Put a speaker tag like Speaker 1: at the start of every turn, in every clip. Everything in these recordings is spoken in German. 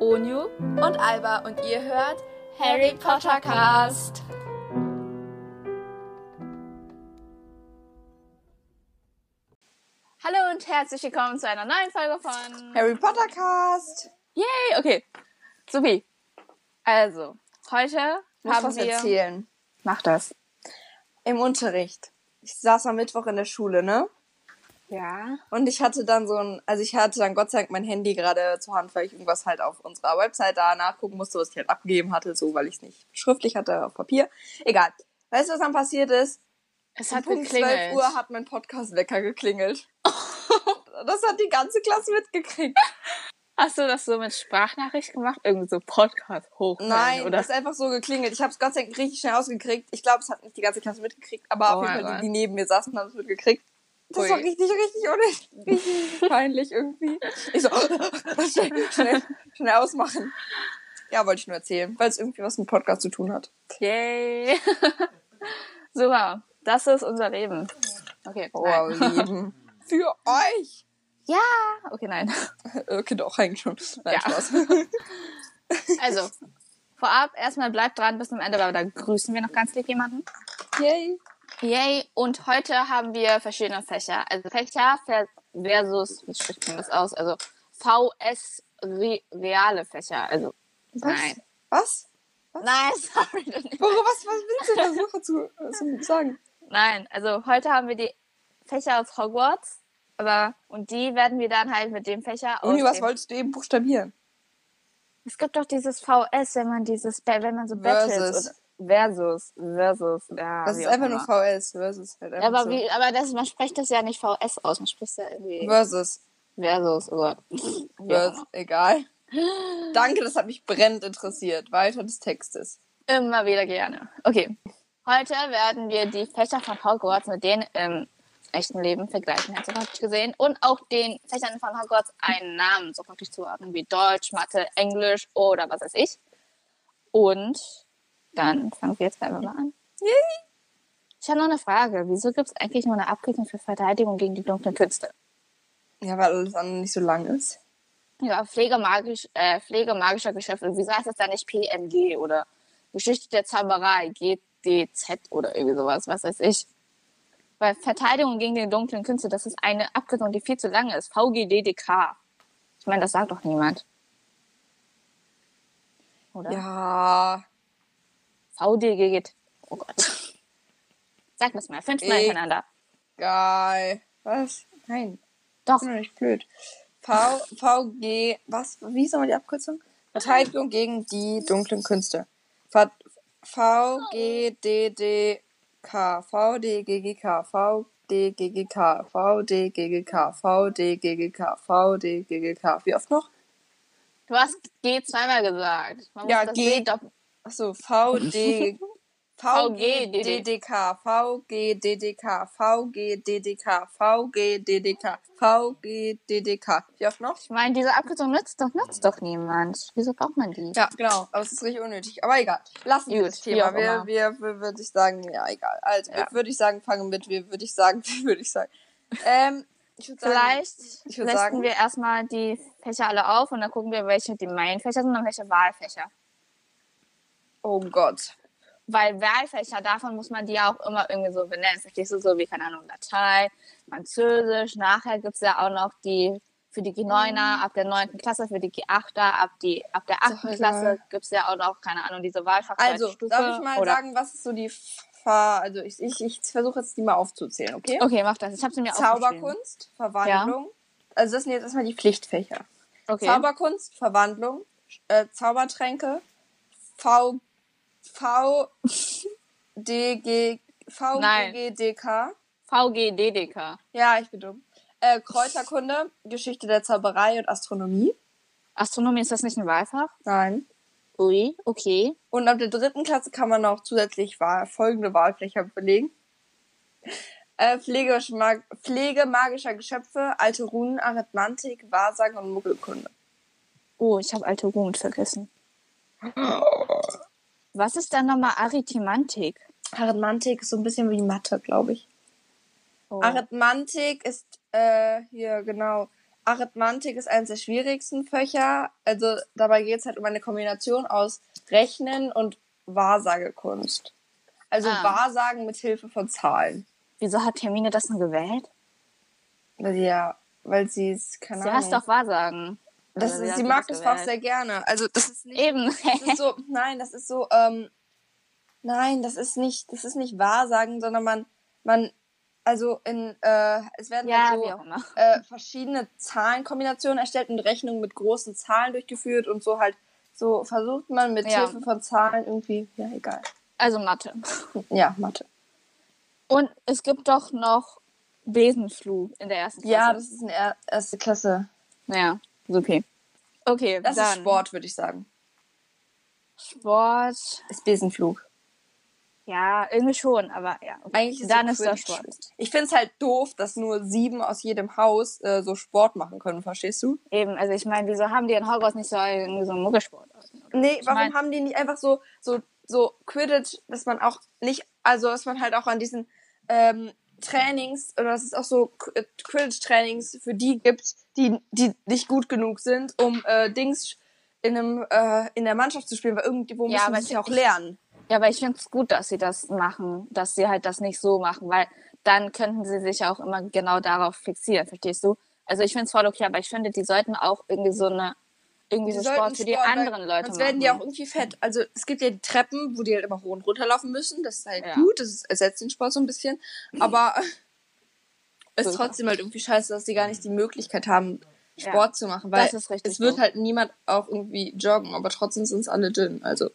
Speaker 1: Onyu und Alba und ihr hört Harry Potter Cast. Hallo und herzlich willkommen zu einer neuen Folge von
Speaker 2: Harry Potter Cast.
Speaker 1: Yay, okay. Sophie. Also, heute
Speaker 2: Ich muss
Speaker 1: haben
Speaker 2: was
Speaker 1: wir
Speaker 2: erzählen.
Speaker 1: Mach das.
Speaker 2: Im Unterricht. Ich saß am Mittwoch in der Schule, ne?
Speaker 1: Ja.
Speaker 2: Und ich hatte dann so ein, also ich hatte dann Gott sei Dank mein Handy gerade zur Hand, weil ich irgendwas halt auf unserer Website da nachgucken musste, was ich halt abgegeben hatte, so, weil ich es nicht schriftlich hatte auf Papier. Egal. Weißt du, was dann passiert ist? Um
Speaker 1: Es hat
Speaker 2: Punkt
Speaker 1: geklingelt.
Speaker 2: 12 Uhr hat mein Podcast-Wecker geklingelt. das hat die ganze Klasse mitgekriegt.
Speaker 1: Hast du das so mit Sprachnachricht gemacht? Irgendwie so Podcast hoch
Speaker 2: Nein,
Speaker 1: oder
Speaker 2: ist einfach so geklingelt. Ich habe es Gott sei Dank richtig schnell ausgekriegt. Ich glaube, es hat nicht die ganze Klasse mitgekriegt, aber
Speaker 1: Oh
Speaker 2: auf
Speaker 1: mein
Speaker 2: jeden Fall
Speaker 1: Gott.
Speaker 2: die, die neben mir saßen, haben es mitgekriegt. Das
Speaker 1: Ui.
Speaker 2: war richtig, richtig unnötig. Richtig peinlich irgendwie. Ich so, schnell, schnell, schnell ausmachen. Ja, wollte ich nur erzählen, weil es irgendwie was mit Podcast zu tun hat.
Speaker 1: Yay. Super. Das ist unser Leben. Okay.
Speaker 2: Oh, Wow,
Speaker 1: Nein.
Speaker 2: lieben. Für euch.
Speaker 1: Ja. Okay, nein.
Speaker 2: Äh, Okay, doch, eigentlich schon. Nein,
Speaker 1: Ja.
Speaker 2: Spaß.
Speaker 1: Also, vorab erstmal bleibt dran bis zum Ende, weil da grüßen wir noch ganz lieb jemanden.
Speaker 2: Yay.
Speaker 1: Yay. Und heute haben wir verschiedene Fächer. Also Fächer ver- versus, wie spricht man das aus? Also VS re reale Fächer. Also, nein.
Speaker 2: Was?
Speaker 1: Nein, sorry. das nicht.
Speaker 2: Worüber, was, was willst du versuchen zu, zu sagen?
Speaker 1: Nein, also heute haben wir die Fächer aus Hogwarts, aber und die werden wir dann halt mit dem Fächer aus.
Speaker 2: Uni, was
Speaker 1: dem-
Speaker 2: wolltest du eben buchstabieren?
Speaker 1: es gibt doch dieses VS, wenn man dieses, Ba- wenn man so
Speaker 2: Versus.
Speaker 1: battles und versus, versus, ja.
Speaker 2: Das
Speaker 1: wie
Speaker 2: ist
Speaker 1: auch
Speaker 2: einfach
Speaker 1: immer.
Speaker 2: nur VS versus halt
Speaker 1: Ja,
Speaker 2: einfach
Speaker 1: aber,
Speaker 2: so.
Speaker 1: wie, aber das, man spricht das ja nicht VS aus, man spricht ja irgendwie
Speaker 2: Versus.
Speaker 1: versus oder.
Speaker 2: Versus. Egal. Danke, das hat mich brennend interessiert. Weiter des Textes.
Speaker 1: Immer wieder gerne. Okay. Heute werden wir die Fächer von Hogwarts mit denen im echten Leben vergleichen, hast du praktisch gesehen. Und auch den Fächern von Hogwarts einen Namen so praktisch zuordnen, wie Deutsch, Mathe, Englisch oder was weiß ich. Und dann fangen wir jetzt einfach mal an. Ich habe noch eine Frage. Wieso gibt es eigentlich nur eine Abkürzung für Verteidigung gegen die dunklen Künste?
Speaker 2: Ja, weil alles andere nicht so lang ist.
Speaker 1: Ja, Pflegemagisch, äh, Pflegemagischer Geschäfte. Wieso heißt das da nicht PMG oder Geschichte der Zauberei, GDZ oder irgendwie sowas, was weiß ich. Weil Verteidigung gegen die dunklen Künste, das ist eine Abkürzung, die viel zu lang ist. VGDDK. Ich meine, das sagt doch niemand. Oder?
Speaker 2: Ja,
Speaker 1: VDGGT. Oh Gott. Sag das mal, fünfmal
Speaker 2: Ich-
Speaker 1: hintereinander.
Speaker 2: geil. Was? Nein,
Speaker 1: Doch,
Speaker 2: das ist nicht blöd. V, VG, was? Wie ist nochmal die Abkürzung? Verteidigung gegen die dunklen Künste. V, VGDDK, VDGGK, VDGGK, VDGGK, VDGGK, VDGGK. Wie oft noch?
Speaker 1: du hast G zweimal gesagt. Man
Speaker 2: Ja,
Speaker 1: muss das
Speaker 2: G-
Speaker 1: G doch
Speaker 2: Achso, VD. VGDDK, VGDDK, VGDDK, VGDDK, VGDDK. Wie oft noch?
Speaker 1: Ich meine, diese Abkürzung nützt doch, nützt doch niemand. Wieso braucht man die?
Speaker 2: Ja, genau. Aber es ist richtig unnötig. Aber egal. Lassen wir
Speaker 1: Gut,
Speaker 2: das
Speaker 1: wie auch
Speaker 2: Thema.
Speaker 1: immer.
Speaker 2: Wir, wir, wir würde ich sagen, ja, egal. Also,
Speaker 1: Ja.
Speaker 2: würde ich sagen, fangen mit. Wir würde ich sagen, wir würde ich sagen. Ähm, ich würde sagen,
Speaker 1: Vielleicht
Speaker 2: ich
Speaker 1: listen
Speaker 2: würde sagen,
Speaker 1: wir erstmal die Fächer alle auf und dann gucken wir, welche die Main-Fächer sind und welche Wahlfächer.
Speaker 2: oh Gott.
Speaker 1: Weil Wahlfächer, davon muss man die ja auch immer irgendwie so benennen. Verstehst du so wie, keine Ahnung, Latein, Französisch. Nachher gibt es ja auch noch die für die G9er ab der 9. Klasse, für die G8er ab, die, ab der 8.
Speaker 2: Mhm. doch egal.
Speaker 1: Klasse gibt es ja auch noch, keine Ahnung, diese Wahlfach.
Speaker 2: Also,
Speaker 1: Stufe
Speaker 2: darf ich mal
Speaker 1: oder-
Speaker 2: sagen, was ist so die Fahr... Also, ich, ich, ich versuche jetzt die mal aufzuzählen, okay?
Speaker 1: Okay, mach das. Ich habe sie mir aufgeschrieben.
Speaker 2: Zauberkunst, Verwandlung. Also das sind jetzt erstmal die Pflichtfächer.
Speaker 1: Okay.
Speaker 2: Zauberkunst, Verwandlung, äh, Zaubertränke, V V D G V
Speaker 1: Nein.
Speaker 2: G G D K.
Speaker 1: VGDDK.
Speaker 2: Ja, ich bin dumm. Äh, Kräuterkunde, Geschichte der Zauberei und Astronomie.
Speaker 1: Astronomie, ist das nicht ein Wahlfach?
Speaker 2: Nein.
Speaker 1: Ui, okay.
Speaker 2: Und ab der dritten Klasse kann man auch zusätzlich Wahl, folgende Wahlfächer belegen. Äh, Pflege, mag, Pflege magischer Geschöpfe, alte Runen, Arithmantik, Wahrsagen und Muggelkunde.
Speaker 1: Oh, ich habe alte Ruhen vergessen.
Speaker 2: Oh.
Speaker 1: Was ist dann nochmal Arithmantik?
Speaker 2: Arithmantik ist so ein bisschen wie Mathe, glaube ich.
Speaker 1: Oh.
Speaker 2: Arithmantik ist äh, hier genau Arithmantik ist eines der schwierigsten Fächer. Also dabei geht es halt um eine Kombination aus Rechnen und Wahrsagekunst. Also
Speaker 1: Ah.
Speaker 2: Wahrsagen mit Hilfe von Zahlen.
Speaker 1: Wieso hat Hermine das denn gewählt?
Speaker 2: Weil sie ja, weil sie es, keine
Speaker 1: Sie
Speaker 2: Ahnung.
Speaker 1: hasst doch Wahrsagen.
Speaker 2: das
Speaker 1: Oder
Speaker 2: ist,
Speaker 1: hat
Speaker 2: sie mag das Fach
Speaker 1: gewählt?
Speaker 2: sehr gerne. Also das ist nicht
Speaker 1: Eben.
Speaker 2: das ist so, nein, das ist so, ähm, nein, das ist nicht, das ist nicht Wahrsagen, sondern man, man, also in, äh, es werden
Speaker 1: ja,
Speaker 2: halt
Speaker 1: wie
Speaker 2: so
Speaker 1: auch immer.
Speaker 2: äh, verschiedene Zahlenkombinationen erstellt und Rechnungen mit großen Zahlen durchgeführt und so halt, so versucht man mit
Speaker 1: Ja.
Speaker 2: Hilfe von Zahlen irgendwie, ja, egal.
Speaker 1: Also Mathe.
Speaker 2: Ja, Mathe.
Speaker 1: Und es gibt doch noch Besenflug in der ersten Klasse.
Speaker 2: Ja, das ist eine er erste Klasse.
Speaker 1: ja, ist okay. Okay,
Speaker 2: Das
Speaker 1: dann
Speaker 2: ist Sport, würde ich sagen.
Speaker 1: Sport.
Speaker 2: Ist Besenflug.
Speaker 1: Ja, irgendwie schon, aber ja. Okay.
Speaker 2: Eigentlich ist
Speaker 1: dann ist
Speaker 2: so
Speaker 1: das
Speaker 2: Quidditch.
Speaker 1: Sport.
Speaker 2: Ich finde es halt doof, dass nur sieben aus jedem Haus äh, so Sport machen können, verstehst du?
Speaker 1: Eben, also ich meine, wieso haben die in Hogwarts nicht so irgendwie so einen Muggelsport?
Speaker 2: Nee, warum
Speaker 1: mein-
Speaker 2: haben die nicht einfach so, so, so Quidditch, dass man auch nicht, also dass man halt auch an diesen ähm, Trainings oder dass es auch so Qu- äh, Quidditch-Trainings für die gibt, die, die nicht gut genug sind, um äh, Dings in, einem, äh, in der Mannschaft zu spielen, weil irgendwo
Speaker 1: Ja,
Speaker 2: müssen
Speaker 1: aber
Speaker 2: sie es ja auch
Speaker 1: ich-
Speaker 2: lernen.
Speaker 1: Ja, aber ich finde es gut, dass sie das machen, dass sie halt das nicht so machen, weil dann könnten sie sich auch immer genau darauf fixieren, verstehst du? Also ich finde es voll okay, aber ich finde, die sollten auch irgendwie so eine irgendwie so Sport für die
Speaker 2: Sport, weil
Speaker 1: anderen Leute machen.
Speaker 2: Sonst
Speaker 1: ne?
Speaker 2: werden die auch irgendwie fett. Also es gibt ja die Treppen, wo die halt immer hoch und runter laufen müssen. Das ist halt
Speaker 1: Ja.
Speaker 2: gut, das ersetzt den Sport so ein bisschen. Aber ist
Speaker 1: So.
Speaker 2: trotzdem halt irgendwie scheiße, dass die gar nicht die Möglichkeit haben,
Speaker 1: Ja.
Speaker 2: Sport zu machen. Weil
Speaker 1: Das ist richtig
Speaker 2: es wird
Speaker 1: doof.
Speaker 2: halt niemand auch irgendwie joggen, aber trotzdem sind es alle dünn. Also.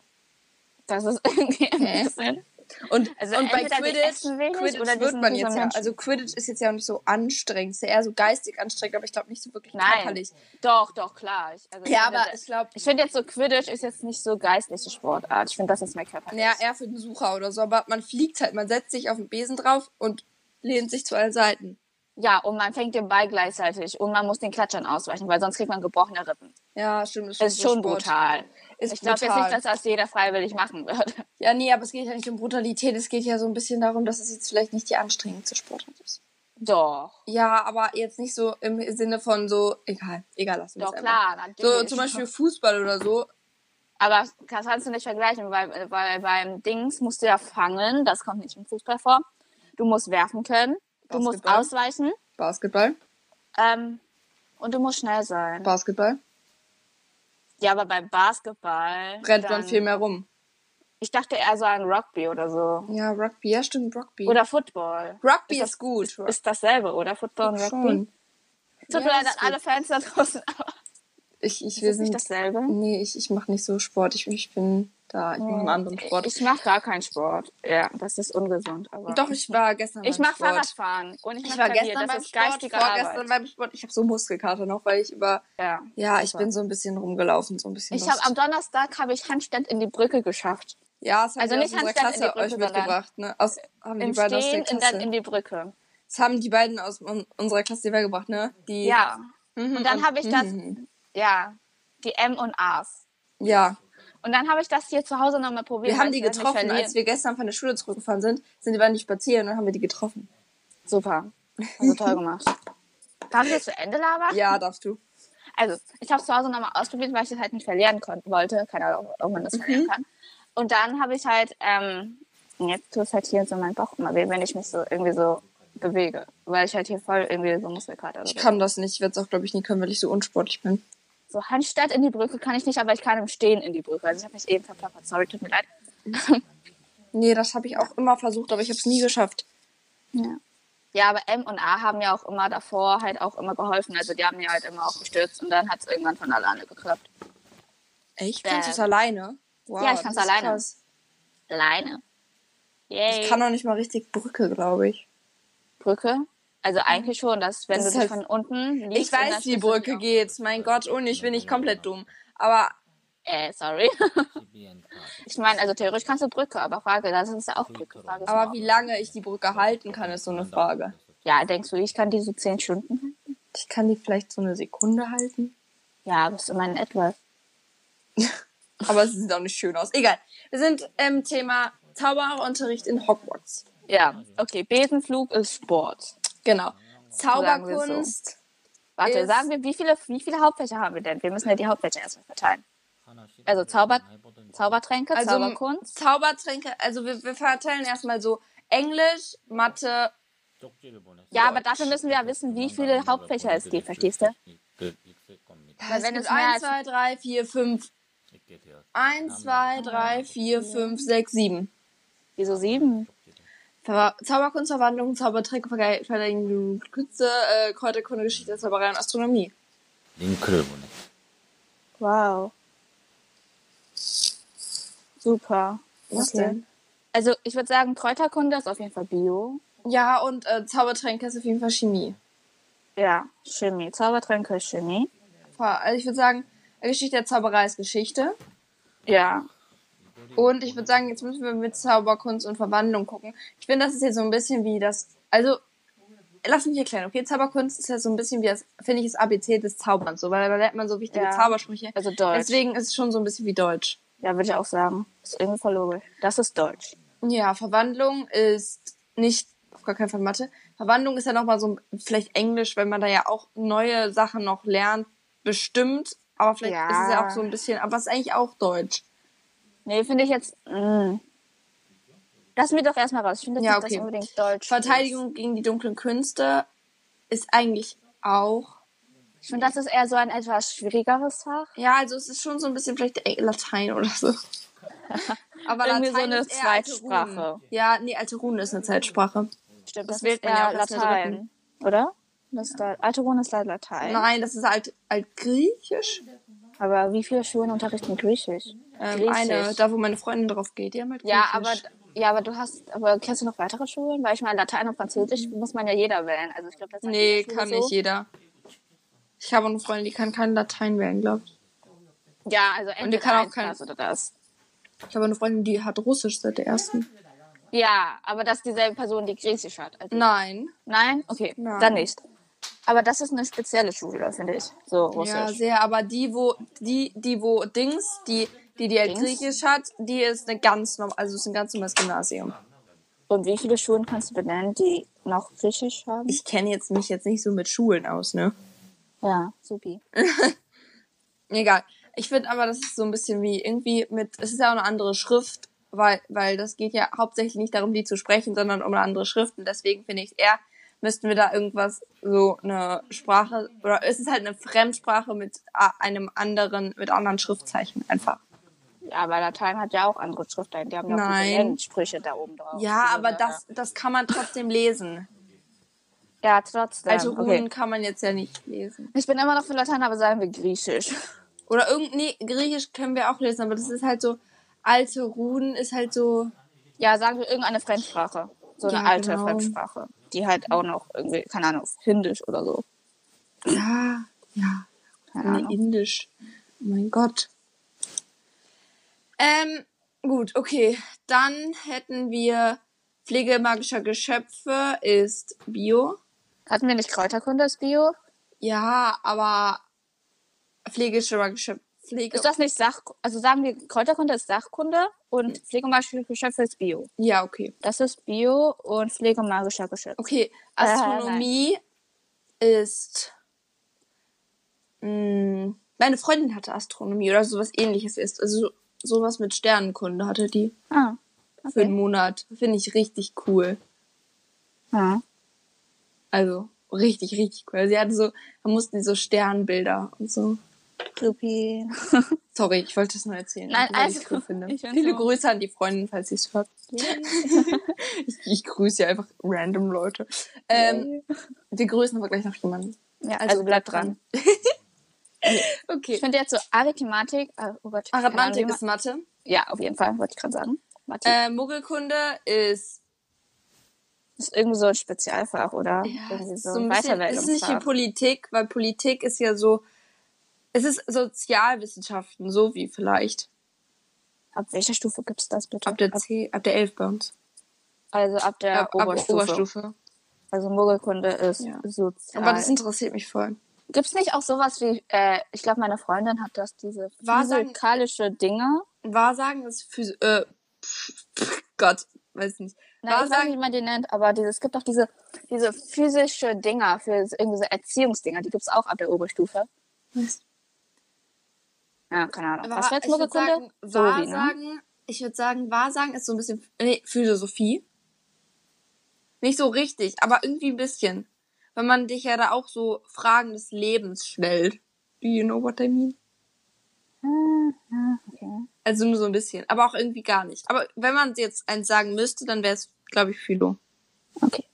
Speaker 1: das ist irgendwie
Speaker 2: Hä?
Speaker 1: ein bisschen.
Speaker 2: Und,
Speaker 1: Also
Speaker 2: und bei
Speaker 1: entweder die
Speaker 2: Quidditch,
Speaker 1: essen wenig
Speaker 2: Quidditch
Speaker 1: oder die
Speaker 2: wird
Speaker 1: sind
Speaker 2: man
Speaker 1: wie so
Speaker 2: jetzt ja.
Speaker 1: Menschen.
Speaker 2: Also Quidditch ist jetzt ja auch nicht so anstrengend, ist ja eher so geistig anstrengend, aber ich glaube nicht so wirklich
Speaker 1: Nein.
Speaker 2: körperlich.
Speaker 1: Doch, doch, klar. Ich, also ich
Speaker 2: Ja,
Speaker 1: finde,
Speaker 2: aber
Speaker 1: das-
Speaker 2: ich glaube,
Speaker 1: ich finde jetzt so Quidditch ist jetzt nicht so geistliche Sportart. Ich finde, das ist mehr körperlich.
Speaker 2: Ja, eher für den Sucher oder so, aber man fliegt halt, man setzt sich auf den Besen drauf und lehnt sich zu allen Seiten.
Speaker 1: Ja, und man fängt den Ball gleichzeitig und man muss den Klatschern ausweichen, weil sonst kriegt man gebrochene Rippen.
Speaker 2: Ja, stimmt. Ist schon,
Speaker 1: Das ist schon
Speaker 2: Sport.
Speaker 1: brutal.
Speaker 2: Ist
Speaker 1: ich glaube jetzt
Speaker 2: brutal.
Speaker 1: nicht, dass das jeder freiwillig machen würde.
Speaker 2: Ja, nee, aber es geht ja nicht um Brutalität, es geht ja so ein bisschen darum, dass es jetzt vielleicht nicht die anstrengendste Sportart ist.
Speaker 1: Doch,
Speaker 2: Ja, aber jetzt nicht so im Sinne von so, egal, egal, lassen wir
Speaker 1: doch
Speaker 2: es einfach.
Speaker 1: klar, natürlich.
Speaker 2: So zum Beispiel Fußball oder so.
Speaker 1: Aber das kannst du nicht vergleichen, weil, weil beim Dings musst du ja fangen, das kommt nicht im Fußball vor. Du musst werfen können, du musst
Speaker 2: Basketball.
Speaker 1: ausweichen
Speaker 2: Basketball,
Speaker 1: ähm, und du musst schnell sein.
Speaker 2: Basketball,
Speaker 1: Ja, aber beim Basketball.
Speaker 2: rennt man
Speaker 1: dann-
Speaker 2: viel mehr rum.
Speaker 1: Ich dachte eher so an Rugby oder so.
Speaker 2: Ja, Rugby, ja stimmt, Rugby.
Speaker 1: Oder Football.
Speaker 2: Rugby
Speaker 1: Ist
Speaker 2: ist, gut.
Speaker 1: Ist dasselbe, oder? Football und Rugby?
Speaker 2: schon.
Speaker 1: Tut
Speaker 2: Ja,
Speaker 1: mir leid an
Speaker 2: das ist
Speaker 1: alle Fans da draußen, aber
Speaker 2: Ich, ich,
Speaker 1: ist
Speaker 2: wir
Speaker 1: das nicht
Speaker 2: sind
Speaker 1: dasselbe?
Speaker 2: Nee, ich, ich mache nicht so Sport. Ich, ich bin da, Oh, ich mache einen anderen Sport.
Speaker 1: Oh, Ich mache gar keinen Sport. Ja, das ist ungesund. Aber
Speaker 2: Doch, ich war gestern
Speaker 1: ich
Speaker 2: beim
Speaker 1: mache
Speaker 2: Sport.
Speaker 1: Fahrradfahren und ich,
Speaker 2: Ich
Speaker 1: mach
Speaker 2: war
Speaker 1: Klavier.
Speaker 2: gestern
Speaker 1: das
Speaker 2: beim
Speaker 1: ist
Speaker 2: Sport,
Speaker 1: geistige Arbeit.
Speaker 2: vorgestern beim Sport. Ich habe so Muskelkater noch, weil ich über,
Speaker 1: ja.
Speaker 2: ja, ich
Speaker 1: Super.
Speaker 2: bin so ein bisschen rumgelaufen, so ein bisschen.
Speaker 1: Ich habe
Speaker 2: lost.
Speaker 1: am Donnerstag habe ich Handstand in die Brücke geschafft.
Speaker 2: ja, das haben
Speaker 1: also
Speaker 2: also die aus
Speaker 1: nicht
Speaker 2: unserer
Speaker 1: Handstand in die
Speaker 2: Klasse euch
Speaker 1: Brücke, sondern
Speaker 2: mitgebracht, ne? Aus, haben die
Speaker 1: Im
Speaker 2: beiden aus der
Speaker 1: Stehen und
Speaker 2: Klasse.
Speaker 1: dann in die Brücke.
Speaker 2: das haben die beiden aus un unserer Klasse beigebracht, ne? Die,
Speaker 1: Ja.
Speaker 2: Mhm,
Speaker 1: Und dann habe ich das,
Speaker 2: mhm.
Speaker 1: ja, die M und A's.
Speaker 2: Ja,
Speaker 1: Und dann habe ich das hier zu Hause nochmal probiert.
Speaker 2: wir
Speaker 1: weil
Speaker 2: haben die
Speaker 1: ich das nicht
Speaker 2: getroffen,
Speaker 1: verlieren-
Speaker 2: als wir gestern von der Schule zurückgefahren sind. Sind wir waren nicht spazieren und haben wir die getroffen.
Speaker 1: Super. Also toll gemacht. Darf ich jetzt zu Ende labern?
Speaker 2: Ja, darfst du.
Speaker 1: Also, ich habe zu Hause nochmal ausprobiert, weil ich das halt nicht verlieren kon- wollte. Keine Ahnung, ob
Speaker 2: Mhm.
Speaker 1: man das verlieren kann. Und dann habe ich halt, ähm, jetzt tut es halt hier so mein Bauch immer weh, wenn ich mich so irgendwie so bewege. Weil ich halt hier voll irgendwie so Muskelkater habe.
Speaker 2: Ich kann das nicht. Ich werde es auch, glaube ich, nie können, weil ich so unsportlich bin.
Speaker 1: So Handstand in die Brücke kann ich nicht, aber ich kann im Stehen in die Brücke. Also ich habe mich eben verplappert. Sorry, tut mir leid.
Speaker 2: Nee, das habe ich auch immer versucht, aber ich habe es nie geschafft.
Speaker 1: Ja. ja, aber M und A haben ja auch immer davor halt auch immer geholfen. Also die haben ja halt immer auch gestützt und dann hat es irgendwann von alleine geklappt.
Speaker 2: Echt?
Speaker 1: Bäh.
Speaker 2: Kannst du es alleine? Wow,
Speaker 1: Ja, ich kann's
Speaker 2: das ist
Speaker 1: alleine.
Speaker 2: krass.
Speaker 1: Alleine. Yay.
Speaker 2: Ich kann noch nicht mal richtig Brücke, glaube ich.
Speaker 1: Brücke. Also eigentlich schon, dass wenn
Speaker 2: Mhm. Das
Speaker 1: du
Speaker 2: ist
Speaker 1: dich von
Speaker 2: halt-
Speaker 1: unten liegst
Speaker 2: Ich
Speaker 1: und dann
Speaker 2: weiß, wie
Speaker 1: stehst du
Speaker 2: Brücke
Speaker 1: wieder-
Speaker 2: geht. Mein Gott, und ich bin nicht komplett dumm. Aber
Speaker 1: Äh, sorry. Ich meine, also theoretisch kannst du Brücke, aber Frage, das ist ja auch Brücke. Frage ist,
Speaker 2: aber wie lange ich die Brücke halten kann, ist so eine Frage.
Speaker 1: ja, denkst du, ich kann diese zehn Stunden? halten?
Speaker 2: Ich kann die vielleicht so eine Sekunde halten.
Speaker 1: Ja, das ist immerhin etwas.
Speaker 2: Aber es sieht auch nicht schön aus. Egal. Wir sind im Thema Zauberunterricht in Hogwarts.
Speaker 1: Ja, okay. Besenflug ist Sport.
Speaker 2: Genau.
Speaker 1: Sagen wir so.
Speaker 2: Zauberkunst
Speaker 1: Warte,
Speaker 2: Ist-
Speaker 1: sagen wir, wie viele, wie viele Hauptfächer haben wir denn? Wir müssen ja die Hauptfächer erstmal verteilen. Also Zauber- Zaubertränke,
Speaker 2: Also,
Speaker 1: Zauberkunst.
Speaker 2: Zaubertränke, also wir, wir verteilen erstmal so Englisch, Mathe.
Speaker 1: Ja, aber dafür müssen wir ja wissen, wie viele Hauptfächer es gibt, verstehst du?
Speaker 2: Es
Speaker 1: wenn
Speaker 2: gibt
Speaker 1: es mehr
Speaker 2: 1,
Speaker 1: als-
Speaker 2: 2, 3, 4, 5. 1, 2, 3, 4, 5, 6, 7.
Speaker 1: Wieso sieben?
Speaker 2: Zauber Zauberkunst, Verwandlung, Zaubertränke, Verge- Verteidigung, Künste, äh, Kräuterkunde, Geschichte, Zauberei und Astronomie.
Speaker 3: 링크를 보내.
Speaker 1: Wow. Super.
Speaker 2: Was
Speaker 1: Okay.
Speaker 2: denn?
Speaker 1: Also ich würde sagen, Kräuterkunde ist auf jeden Fall Bio.
Speaker 2: Ja, und äh, Zaubertränke ist auf jeden Fall Chemie.
Speaker 1: Ja, Chemie. Zaubertränke ist Chemie.
Speaker 2: Also ich würde sagen, Geschichte der Zauberei ist Geschichte.
Speaker 1: Ja.
Speaker 2: Und ich würde sagen, jetzt müssen wir mit Zauberkunst und Verwandlung gucken. Ich finde, das ist jetzt so ein bisschen wie das. Also, lass mich erklären, okay? Zauberkunst ist ja so ein bisschen wie das, finde ich, das ABC des Zauberns, so, weil da lernt man so wichtige
Speaker 1: Ja.
Speaker 2: Zaubersprüche.
Speaker 1: Also Deutsch.
Speaker 2: Deswegen ist es schon so ein bisschen wie Deutsch.
Speaker 1: Ja, würde ich auch sagen. Ist irgendwie voll logisch. Das ist Deutsch.
Speaker 2: Ja, Verwandlung ist nicht, auf gar keinen Fall Mathe. Verwandlung ist ja nochmal so ein- vielleicht Englisch, weil man da ja auch neue Sachen noch lernt, bestimmt. Aber vielleicht
Speaker 1: Ja.
Speaker 2: ist es ja auch so ein bisschen, aber es ist eigentlich auch Deutsch.
Speaker 1: Nee, finde ich jetzt. Mh. Lass mich doch erstmal raus. Ich finde jetzt
Speaker 2: Ja,
Speaker 1: nicht, dass
Speaker 2: okay.
Speaker 1: unbedingt Deutsch.
Speaker 2: Verteidigung gegen die dunklen Künste ist eigentlich auch
Speaker 1: Ist. Ich finde, das ist eher so ein etwas schwierigeres Fach.
Speaker 2: Ja, also es ist schon so ein bisschen vielleicht Eng- Latein oder so. Aber
Speaker 1: Irgendwie so eine
Speaker 2: ist eher alte
Speaker 1: Zweitsprache.
Speaker 2: Runen. Ja, nee, alte Runen ist eine Zeitsprache.
Speaker 1: Stimmt,
Speaker 2: das wählt man ja auch erst in der dritten.
Speaker 1: Oder? Das ist da, Alteron ist leider Latein.
Speaker 2: Nein, das ist alt, altgriechisch.
Speaker 1: Aber wie viele Schulen unterrichten Griechisch?
Speaker 2: Ähm, eine, da wo meine Freundin drauf geht, die haben halt
Speaker 1: Ja, aber,
Speaker 2: Griechisch.
Speaker 1: ja, aber du hast, aber kennst du noch weitere Schulen? Weil ich meine, Latein und Französisch muss man ja jeder wählen. Also ich glaube, das hat
Speaker 2: Mhm. Nee,
Speaker 1: jede Schule
Speaker 2: kann
Speaker 1: so.
Speaker 2: nicht jeder. Ich habe eine Freundin, die kann kein Latein wählen, glaube ich.
Speaker 1: Ja, also entweder
Speaker 2: kann auch
Speaker 1: eins,
Speaker 2: kein-
Speaker 1: das oder das.
Speaker 2: Ich habe eine Freundin, die hat Russisch seit der ersten.
Speaker 1: Ja, aber das ist dieselbe Person, die Griechisch hat. Also,
Speaker 2: Nein.
Speaker 1: nein? Okay,
Speaker 2: Nein.
Speaker 1: dann nicht. Aber das ist eine spezielle Schule, finde ich. So
Speaker 2: Ja,
Speaker 1: Russisch.
Speaker 2: sehr, aber die, wo, die, die, wo Dings, die, die, die halt
Speaker 1: Dings?
Speaker 2: Griechisch hat, die ist eine ganz normal, also ist ein ganz normales Gymnasium.
Speaker 1: Und wie viele Schulen kannst du benennen, die noch Griechisch haben?
Speaker 2: ich kenne jetzt mich jetzt nicht so mit Schulen aus, ne?
Speaker 1: Ja, supi.
Speaker 2: Egal. Ich finde aber, das ist so ein bisschen wie irgendwie mit, es ist ja auch eine andere Schrift, weil, weil das geht ja hauptsächlich nicht darum, die zu sprechen, sondern um eine andere Schrift. Und deswegen finde ich eher, müssten wir da irgendwas, so eine Sprache, oder es ist halt eine Fremdsprache mit a- einem anderen, mit anderen Schriftzeichen einfach.
Speaker 1: Ja, aber Latein hat ja auch andere Schriftarten. Die haben ja auch diese
Speaker 2: Nein.
Speaker 1: langen Sprüche da oben drauf. Also,
Speaker 2: Ja,
Speaker 1: Diese
Speaker 2: aber
Speaker 1: Wörter.
Speaker 2: das, das kann man trotzdem lesen.
Speaker 1: Ja, trotzdem.
Speaker 2: Also Runen
Speaker 1: okay.
Speaker 2: kann man jetzt ja nicht lesen.
Speaker 1: Ich bin immer noch für Latein, aber sagen wir Griechisch.
Speaker 2: Oder irgend, nee, Griechisch können wir auch lesen, aber das ist halt so, alte Runen ist halt so,
Speaker 1: Ja, sagen wir irgendeine Fremdsprache. So eine
Speaker 2: Ja,
Speaker 1: alte
Speaker 2: genau.
Speaker 1: Fremdsprache. Die halt auch noch irgendwie, keine Ahnung, Hindisch oder so.
Speaker 2: Ja, ja.
Speaker 1: Keine
Speaker 2: Nee,
Speaker 1: Ahnung.
Speaker 2: Indisch. Oh mein Gott. Ähm, gut, okay. Dann hätten wir Pflege magischer Geschöpfe ist Bio.
Speaker 1: Hatten wir nicht Kräuterkunde als Bio?
Speaker 2: Ja, aber pflegische Geschöpfe. Pflege.
Speaker 1: Ist das nicht Sach... Also sagen wir, Kräuterkunde ist Sachkunde und pflegemagische Geschöpfe ist Bio.
Speaker 2: ja, okay.
Speaker 1: Das ist Bio und pflegemagischer Geschöpfe.
Speaker 2: Okay,
Speaker 1: Äh, nein.
Speaker 2: Astronomie ist. Mh, meine Freundin hatte Astronomie oder sowas ähnliches ist. Also so- sowas mit Sternenkunde hatte die.
Speaker 1: Ah,
Speaker 2: für einen
Speaker 1: okay.
Speaker 2: Monat. Finde ich richtig cool.
Speaker 1: Ja.
Speaker 2: Also richtig, richtig cool. Also Sie hatte so, da mussten die so Sternbilder und so.
Speaker 1: Supi.
Speaker 2: Sorry, ich wollte das nur erzählen,
Speaker 1: Nein,
Speaker 2: weil ich
Speaker 1: alles
Speaker 2: es cool
Speaker 1: gut.
Speaker 2: finde.
Speaker 1: Ich find's
Speaker 2: Viele
Speaker 1: auch.
Speaker 2: Grüße an die Freundin, falls sie es hört. Ich, ich grüße ja einfach random Leute. Ähm, wir grüßen aber gleich noch jemanden.
Speaker 1: ja, also bleibt dran. Ich
Speaker 2: Okay.
Speaker 1: finde jetzt so Arithmatik, äh, oh Gott, keine
Speaker 2: Arithmetik
Speaker 1: Ahnung,
Speaker 2: ist Mathe.
Speaker 1: wie man- ja auf jeden Fall, wollte ich gerade sagen. Mathe
Speaker 2: Äh, Muggelkunde ist,
Speaker 1: ist irgendwie so ein Spezialfach oder irgendwie
Speaker 2: ist
Speaker 1: so
Speaker 2: Äh, so ein
Speaker 1: ein
Speaker 2: bisschen, ist nicht wie
Speaker 1: Weiterbildungsfach.
Speaker 2: Politik, weil Politik ist ja so, es ist Sozialwissenschaften, so wie vielleicht.
Speaker 1: Ab welcher Stufe gibt's das bitte?
Speaker 2: Ab der, C, ab der 11 bei uns.
Speaker 1: also ab der
Speaker 2: ab, ab
Speaker 1: Oberstufe. Also Muggelkunde ist
Speaker 2: Ja.
Speaker 1: sozial.
Speaker 2: Aber das interessiert mich voll.
Speaker 1: gibt's nicht auch sowas wie, äh, ich glaube meine Freundin hat das, diese
Speaker 2: Wahrsagen-
Speaker 1: physikalische Dinge?
Speaker 2: Wahrsagen ist Phys äh, pff, pff, Gott, weiß nicht.
Speaker 1: Nein, ich weiß
Speaker 2: Wahrsagen-
Speaker 1: nicht, wie man die nennt, aber diese, es gibt auch diese, diese physische Dinger, für so- irgendwie so Erziehungsdinger, die gibt es auch ab der Oberstufe. Ja, keine Ahnung.
Speaker 2: Aber
Speaker 1: Was war jetzt
Speaker 2: ich würde
Speaker 1: Muggelkunde?
Speaker 2: sagen,
Speaker 1: Zoologie, ne?
Speaker 2: Wahrsagen, ich würde sagen, Wahrsagen ist so ein bisschen nee, Philosophie. Nicht so richtig, aber irgendwie ein bisschen. Wenn man dich ja da auch so Fragen des Lebens stellt. Do you know what I mean?
Speaker 1: Ah, Okay.
Speaker 2: Also nur so ein bisschen, aber auch irgendwie gar nicht. Aber wenn man jetzt eins sagen müsste, dann wäre es, glaube ich, Philo.
Speaker 1: okay.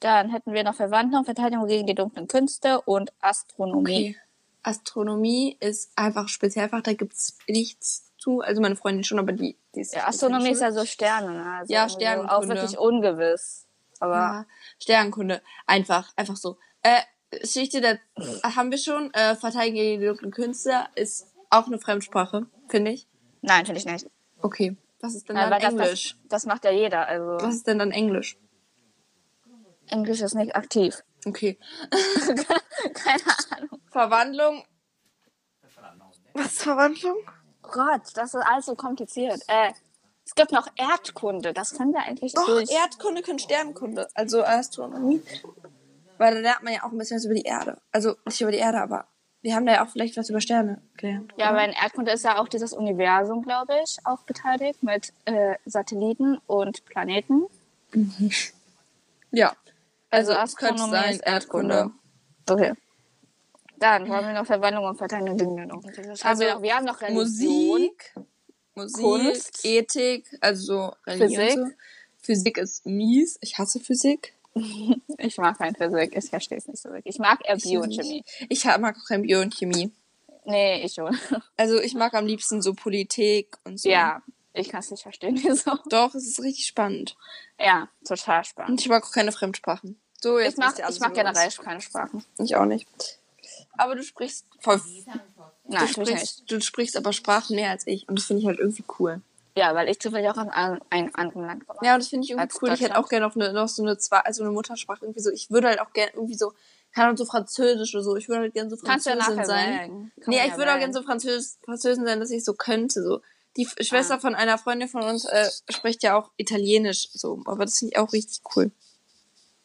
Speaker 1: Dann hätten wir noch Verwandten und Verteidigung gegen die dunklen Künste und Astronomie.
Speaker 2: Okay. Astronomie ist einfach Spezialfach, da gibt's nichts zu. Also meine Freundin schon, aber die, die ist.
Speaker 1: Ja, Astronomie ist ja so Sterne, ne? Also
Speaker 2: Ja,
Speaker 1: irgendwie so Auch
Speaker 2: Sternenkunde.
Speaker 1: wirklich ungewiss. Aber
Speaker 2: Ja, Sternkunde. Einfach, einfach so. Äh, Geschichte der haben wir schon. Äh, Verteidigung gegen die dunklen Künste ist auch eine Fremdsprache, finde ich.
Speaker 1: nein, finde ich nicht.
Speaker 2: Okay. Was ist denn
Speaker 1: Aber
Speaker 2: dann
Speaker 1: das,
Speaker 2: Englisch?
Speaker 1: das, das macht ja jeder. Also
Speaker 2: Was ist denn dann Englisch?
Speaker 1: Englisch ist nicht aktiv.
Speaker 2: Okay.
Speaker 1: Keine Ahnung.
Speaker 2: Verwandlung. Was ist Verwandlung?
Speaker 1: Gott, das ist alles so kompliziert. Äh, es gibt noch Erdkunde. Das können wir eigentlich
Speaker 2: Doch,
Speaker 1: durch.
Speaker 2: Erdkunde können Sternkunde. Also Astronomie. Weil da lernt man ja auch ein bisschen was über die Erde. Also nicht über die Erde, aber wir haben da ja auch vielleicht was über Sterne gelernt.
Speaker 1: ja, aber in Erdkunde ist ja auch dieses Universum, glaube ich, auch beteiligt mit äh, Satelliten und Planeten.
Speaker 2: Ja.
Speaker 1: Also,
Speaker 2: es könnte
Speaker 1: Astronomie
Speaker 2: sein,
Speaker 1: ist Erdkunde. Okay. Dann wollen wir
Speaker 2: Hm.
Speaker 1: noch Verwandlung und Verteilung der Dinge noch. Also, wir, noch, wir haben noch Religion.
Speaker 2: Musik, Musik,
Speaker 1: Kunst.
Speaker 2: Ethik, also Religion.
Speaker 1: Physik.
Speaker 2: und so. Physik ist mies. Ich hasse Physik.
Speaker 1: Ich mag kein Physik. Ich verstehe es nicht so wirklich. Ich mag eher Bio und Chemie.
Speaker 2: Ich ha- mag auch kein Bio und Chemie.
Speaker 1: Nee, ich schon.
Speaker 2: Also ich mag am liebsten so Politik und so.
Speaker 1: Ja, ich kann es nicht verstehen, wieso.
Speaker 2: Doch, es ist richtig spannend.
Speaker 1: Ja, total spannend.
Speaker 2: Und ich mag auch keine Fremdsprachen. also So, jetzt
Speaker 1: Ich mag,
Speaker 2: wisst ihr alles
Speaker 1: ich mag
Speaker 2: über uns.
Speaker 1: generell keine Sprachen.
Speaker 2: Ich auch nicht. Aber du sprichst voll.
Speaker 1: Nein,
Speaker 2: du,
Speaker 1: tue ich nicht.
Speaker 2: sprichst, du sprichst aber Sprachen mehr als ich. Und das finde ich halt irgendwie cool.
Speaker 1: Ja, weil ich zufällig auch in einem, einem anderen Land komme.
Speaker 2: Ja, und das finde ich irgendwie
Speaker 1: Als
Speaker 2: cool. Ich hätte
Speaker 1: Deutschland.
Speaker 2: auch gerne auf eine, noch so eine zwei, also eine Muttersprache irgendwie so. Ich würde halt auch gerne irgendwie so, keine Ahnung, so Französisch oder so. Ich würde halt gerne so
Speaker 1: Kannst du ja
Speaker 2: Französin
Speaker 1: nachher
Speaker 2: sein.
Speaker 1: wählen. Kann
Speaker 2: Nee,
Speaker 1: man
Speaker 2: ich
Speaker 1: ja
Speaker 2: würde auch
Speaker 1: wählen.
Speaker 2: gerne so Französ Französin sein, dass ich so könnte. So. Die F- Schwester
Speaker 1: Ah.
Speaker 2: von einer Freundin von uns äh, spricht ja auch Italienisch so. Aber das finde ich auch richtig cool.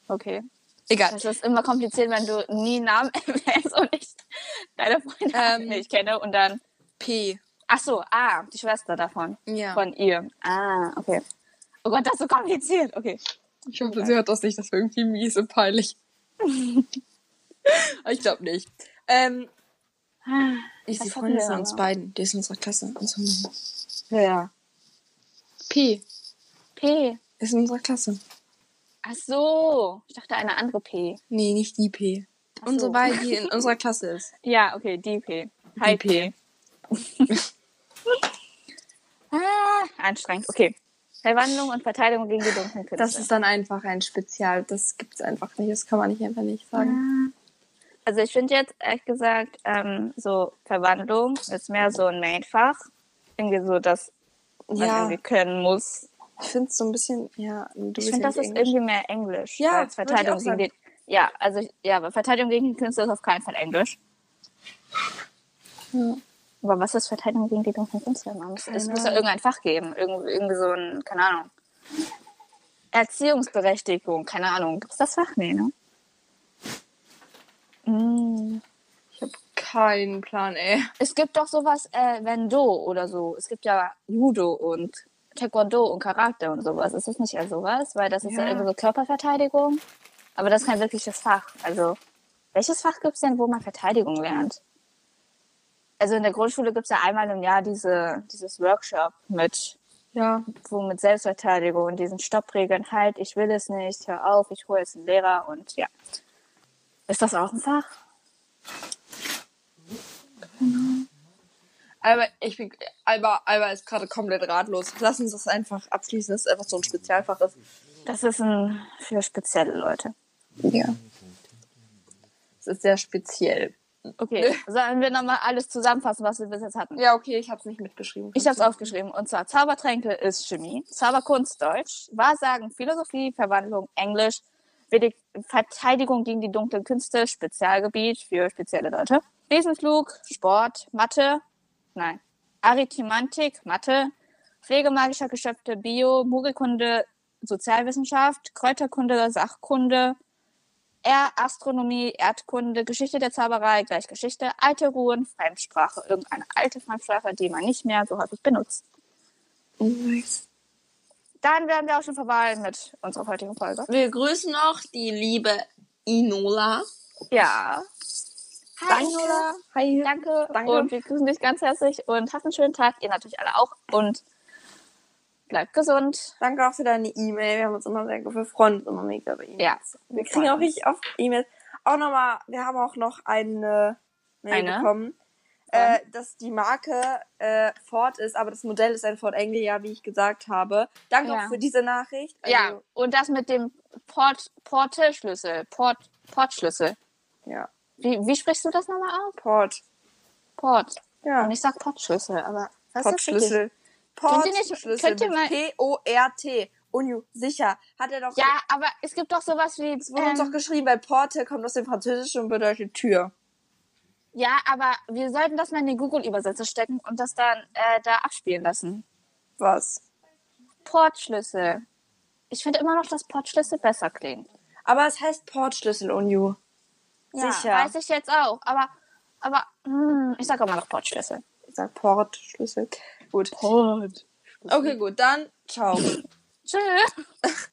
Speaker 1: Okay.
Speaker 2: Egal.
Speaker 1: Das ist immer kompliziert, wenn du nie Namen erwähnst und ich deine Freundin
Speaker 2: Ähm.
Speaker 1: nicht kenne und dann.
Speaker 2: P.
Speaker 1: Ach so, ah, die Schwester davon.
Speaker 2: Ja.
Speaker 1: Von ihr. Ah, okay. Oh Gott, das ist so kompliziert. Okay.
Speaker 2: Ich hoffe, sie hört das nicht. Das wäre irgendwie mies und peinlich. Aber ich glaube nicht. Ähm,
Speaker 1: Ah,
Speaker 2: ist die
Speaker 1: Was hatten
Speaker 2: Freundin
Speaker 1: wir
Speaker 2: von
Speaker 1: da
Speaker 2: uns
Speaker 1: noch?
Speaker 2: beiden. Die ist in unserer Klasse. Unsere Mama.
Speaker 1: Ja.
Speaker 2: P.
Speaker 1: P.
Speaker 2: Ist in unserer Klasse.
Speaker 1: Ach so. Ich dachte eine andere P.
Speaker 2: Nee, nicht die P.
Speaker 1: Ach so.
Speaker 2: Unsere beiden, die in unserer Klasse ist.
Speaker 1: Ja, okay, die P. Hi
Speaker 2: Die P.
Speaker 1: P. ah, anstrengend. Okay. Verwandlung und Verteidigung gegen die dunklen Künste.
Speaker 2: Das ist dann einfach ein Spezial. Das gibt's einfach nicht. Das kann man nicht einfach nicht sagen.
Speaker 1: also ich finde jetzt, ehrlich gesagt, ähm, so Verwandlung ist mehr so ein Mainfach. Irgendwie so, dass man
Speaker 2: Ja,
Speaker 1: irgendwie können muss.
Speaker 2: ich finde es so ein bisschen. Ja, du
Speaker 1: Ich
Speaker 2: bist
Speaker 1: finde,
Speaker 2: ja
Speaker 1: das
Speaker 2: nicht
Speaker 1: ist
Speaker 2: Englisch.
Speaker 1: irgendwie mehr Englisch.
Speaker 2: Ja,
Speaker 1: als
Speaker 2: würd ich
Speaker 1: Verteidigung gegen
Speaker 2: auch
Speaker 1: den, ja, also ich- ja, aber Verteidigung gegen die Künste ist auf keinen Fall Englisch. Aber was ist Verteidigung gegen die dunklen Künste? Mann? Es- Es
Speaker 2: Keine
Speaker 1: muss ja
Speaker 2: Ahnung.
Speaker 1: irgendein Fach geben. Irgendwie, irgendwie so ein, keine Ahnung. Erziehungsberechtigung, keine Ahnung. Gibt es das Fach? Nee, ne? Mm.
Speaker 2: Ich habe keinen Plan, ey.
Speaker 1: Es gibt doch sowas, äh, Wendo oder so. Es gibt ja Judo und Taekwondo und Karate und sowas. Ist das nicht eher sowas? Weil das ist ja,
Speaker 2: Ja.
Speaker 1: irgendwie so Körperverteidigung. Aber das ist kein wirkliches Fach. Also, welches Fach gibt es denn, wo man Verteidigung lernt? Also in der Grundschule gibt es ja einmal im Jahr diese, dieses Workshop mit,
Speaker 2: Ja,
Speaker 1: wo mit Selbstverteidigung und diesen Stoppregeln, halt, ich will es nicht, hör auf, ich hole jetzt einen Lehrer und ja. Ist das auch ein Fach?
Speaker 2: Alba, ich bin, Alba, Alba ist gerade komplett ratlos. Lass uns das einfach abschließen, dass es einfach so ein Spezialfach ist.
Speaker 1: Das ist ein für spezielle Leute.
Speaker 2: Ja. Es ist sehr speziell.
Speaker 1: Okay, sollen wir nochmal alles zusammenfassen, was wir bis jetzt hatten?
Speaker 2: Ja, okay, ich habe es nicht mitgeschrieben.
Speaker 1: Ich habe es aufgeschrieben. Und zwar Zaubertränke ist Chemie, Zauberkunst Deutsch, Wahrsagen Philosophie, Verwandlung Englisch, Vedi- Verteidigung gegen die dunklen Künste, Spezialgebiet für spezielle Leute, Besenflug, Sport, Mathe, nein, Arithmantik, Mathe, Pflegemagischer Geschöpfe, Bio, Mogelkunde, Sozialwissenschaft, Kräuterkunde, Sachkunde, R, Astronomie, Erdkunde, Geschichte der Zauberei, gleich Geschichte, alte Ruhen, Fremdsprache, irgendeine alte Fremdsprache, die man nicht mehr so häufig benutzt.
Speaker 2: Nice.
Speaker 1: Dann wären wir auch schon vorbei mit unserer heutigen Folge.
Speaker 2: Wir grüßen noch die liebe Inola.
Speaker 1: Ja. Hi, Inola.
Speaker 2: Hi.
Speaker 1: Danke.
Speaker 2: Danke.
Speaker 1: Und wir grüßen dich ganz herzlich und habt einen schönen Tag. Ihr natürlich alle auch. Und bleibt gesund.
Speaker 2: Danke auch für deine E-Mail. Wir haben uns immer sehr, wir freuen uns immer mega über E-Mails.
Speaker 1: Ja,
Speaker 2: Wir kriegen auch richtig oft E-Mails. Auch nochmal, wir haben auch noch eine Mail
Speaker 1: Eine?
Speaker 2: bekommen, äh, dass die Marke äh, Ford ist, aber das Modell ist ein Ford Anglia, wie ich gesagt habe. Danke
Speaker 1: Ja.
Speaker 2: auch für diese Nachricht. Also,
Speaker 1: Ja, und das mit dem Port, Porteschlüssel. Port, Portschlüssel.
Speaker 2: Ja.
Speaker 1: Wie, wie sprichst du das nochmal aus?
Speaker 2: Port.
Speaker 1: Port.
Speaker 2: Ja.
Speaker 1: Und ich sag Portschlüssel, aber was ist das richtig?
Speaker 2: Portschlüssel.
Speaker 1: Könnt ihr nicht-
Speaker 2: Portschlüssel.
Speaker 1: könnt ihr mal-
Speaker 2: P-O-R-T. Unju, sicher. Hat er doch.
Speaker 1: Ja, aber es gibt doch sowas wie.
Speaker 2: Es wurde uns
Speaker 1: ähm,
Speaker 2: auch geschrieben, weil Porte kommt aus dem Französischen und bedeutet Tür.
Speaker 1: ja, aber wir sollten das mal in den Google-Übersetzer stecken und das dann äh, da abspielen lassen.
Speaker 2: Was?
Speaker 1: Portschlüssel. Ich finde immer noch, dass Portschlüssel besser klingt.
Speaker 2: Aber es heißt Portschlüssel, Unju. Sicher.
Speaker 1: Weiß ich jetzt auch, aber, aber hm, ich sag immer noch Portschlüssel.
Speaker 2: Ich sag Portschlüssel. Gut.
Speaker 1: Port.
Speaker 2: Okay, gut, dann ciao.
Speaker 1: Tschüss.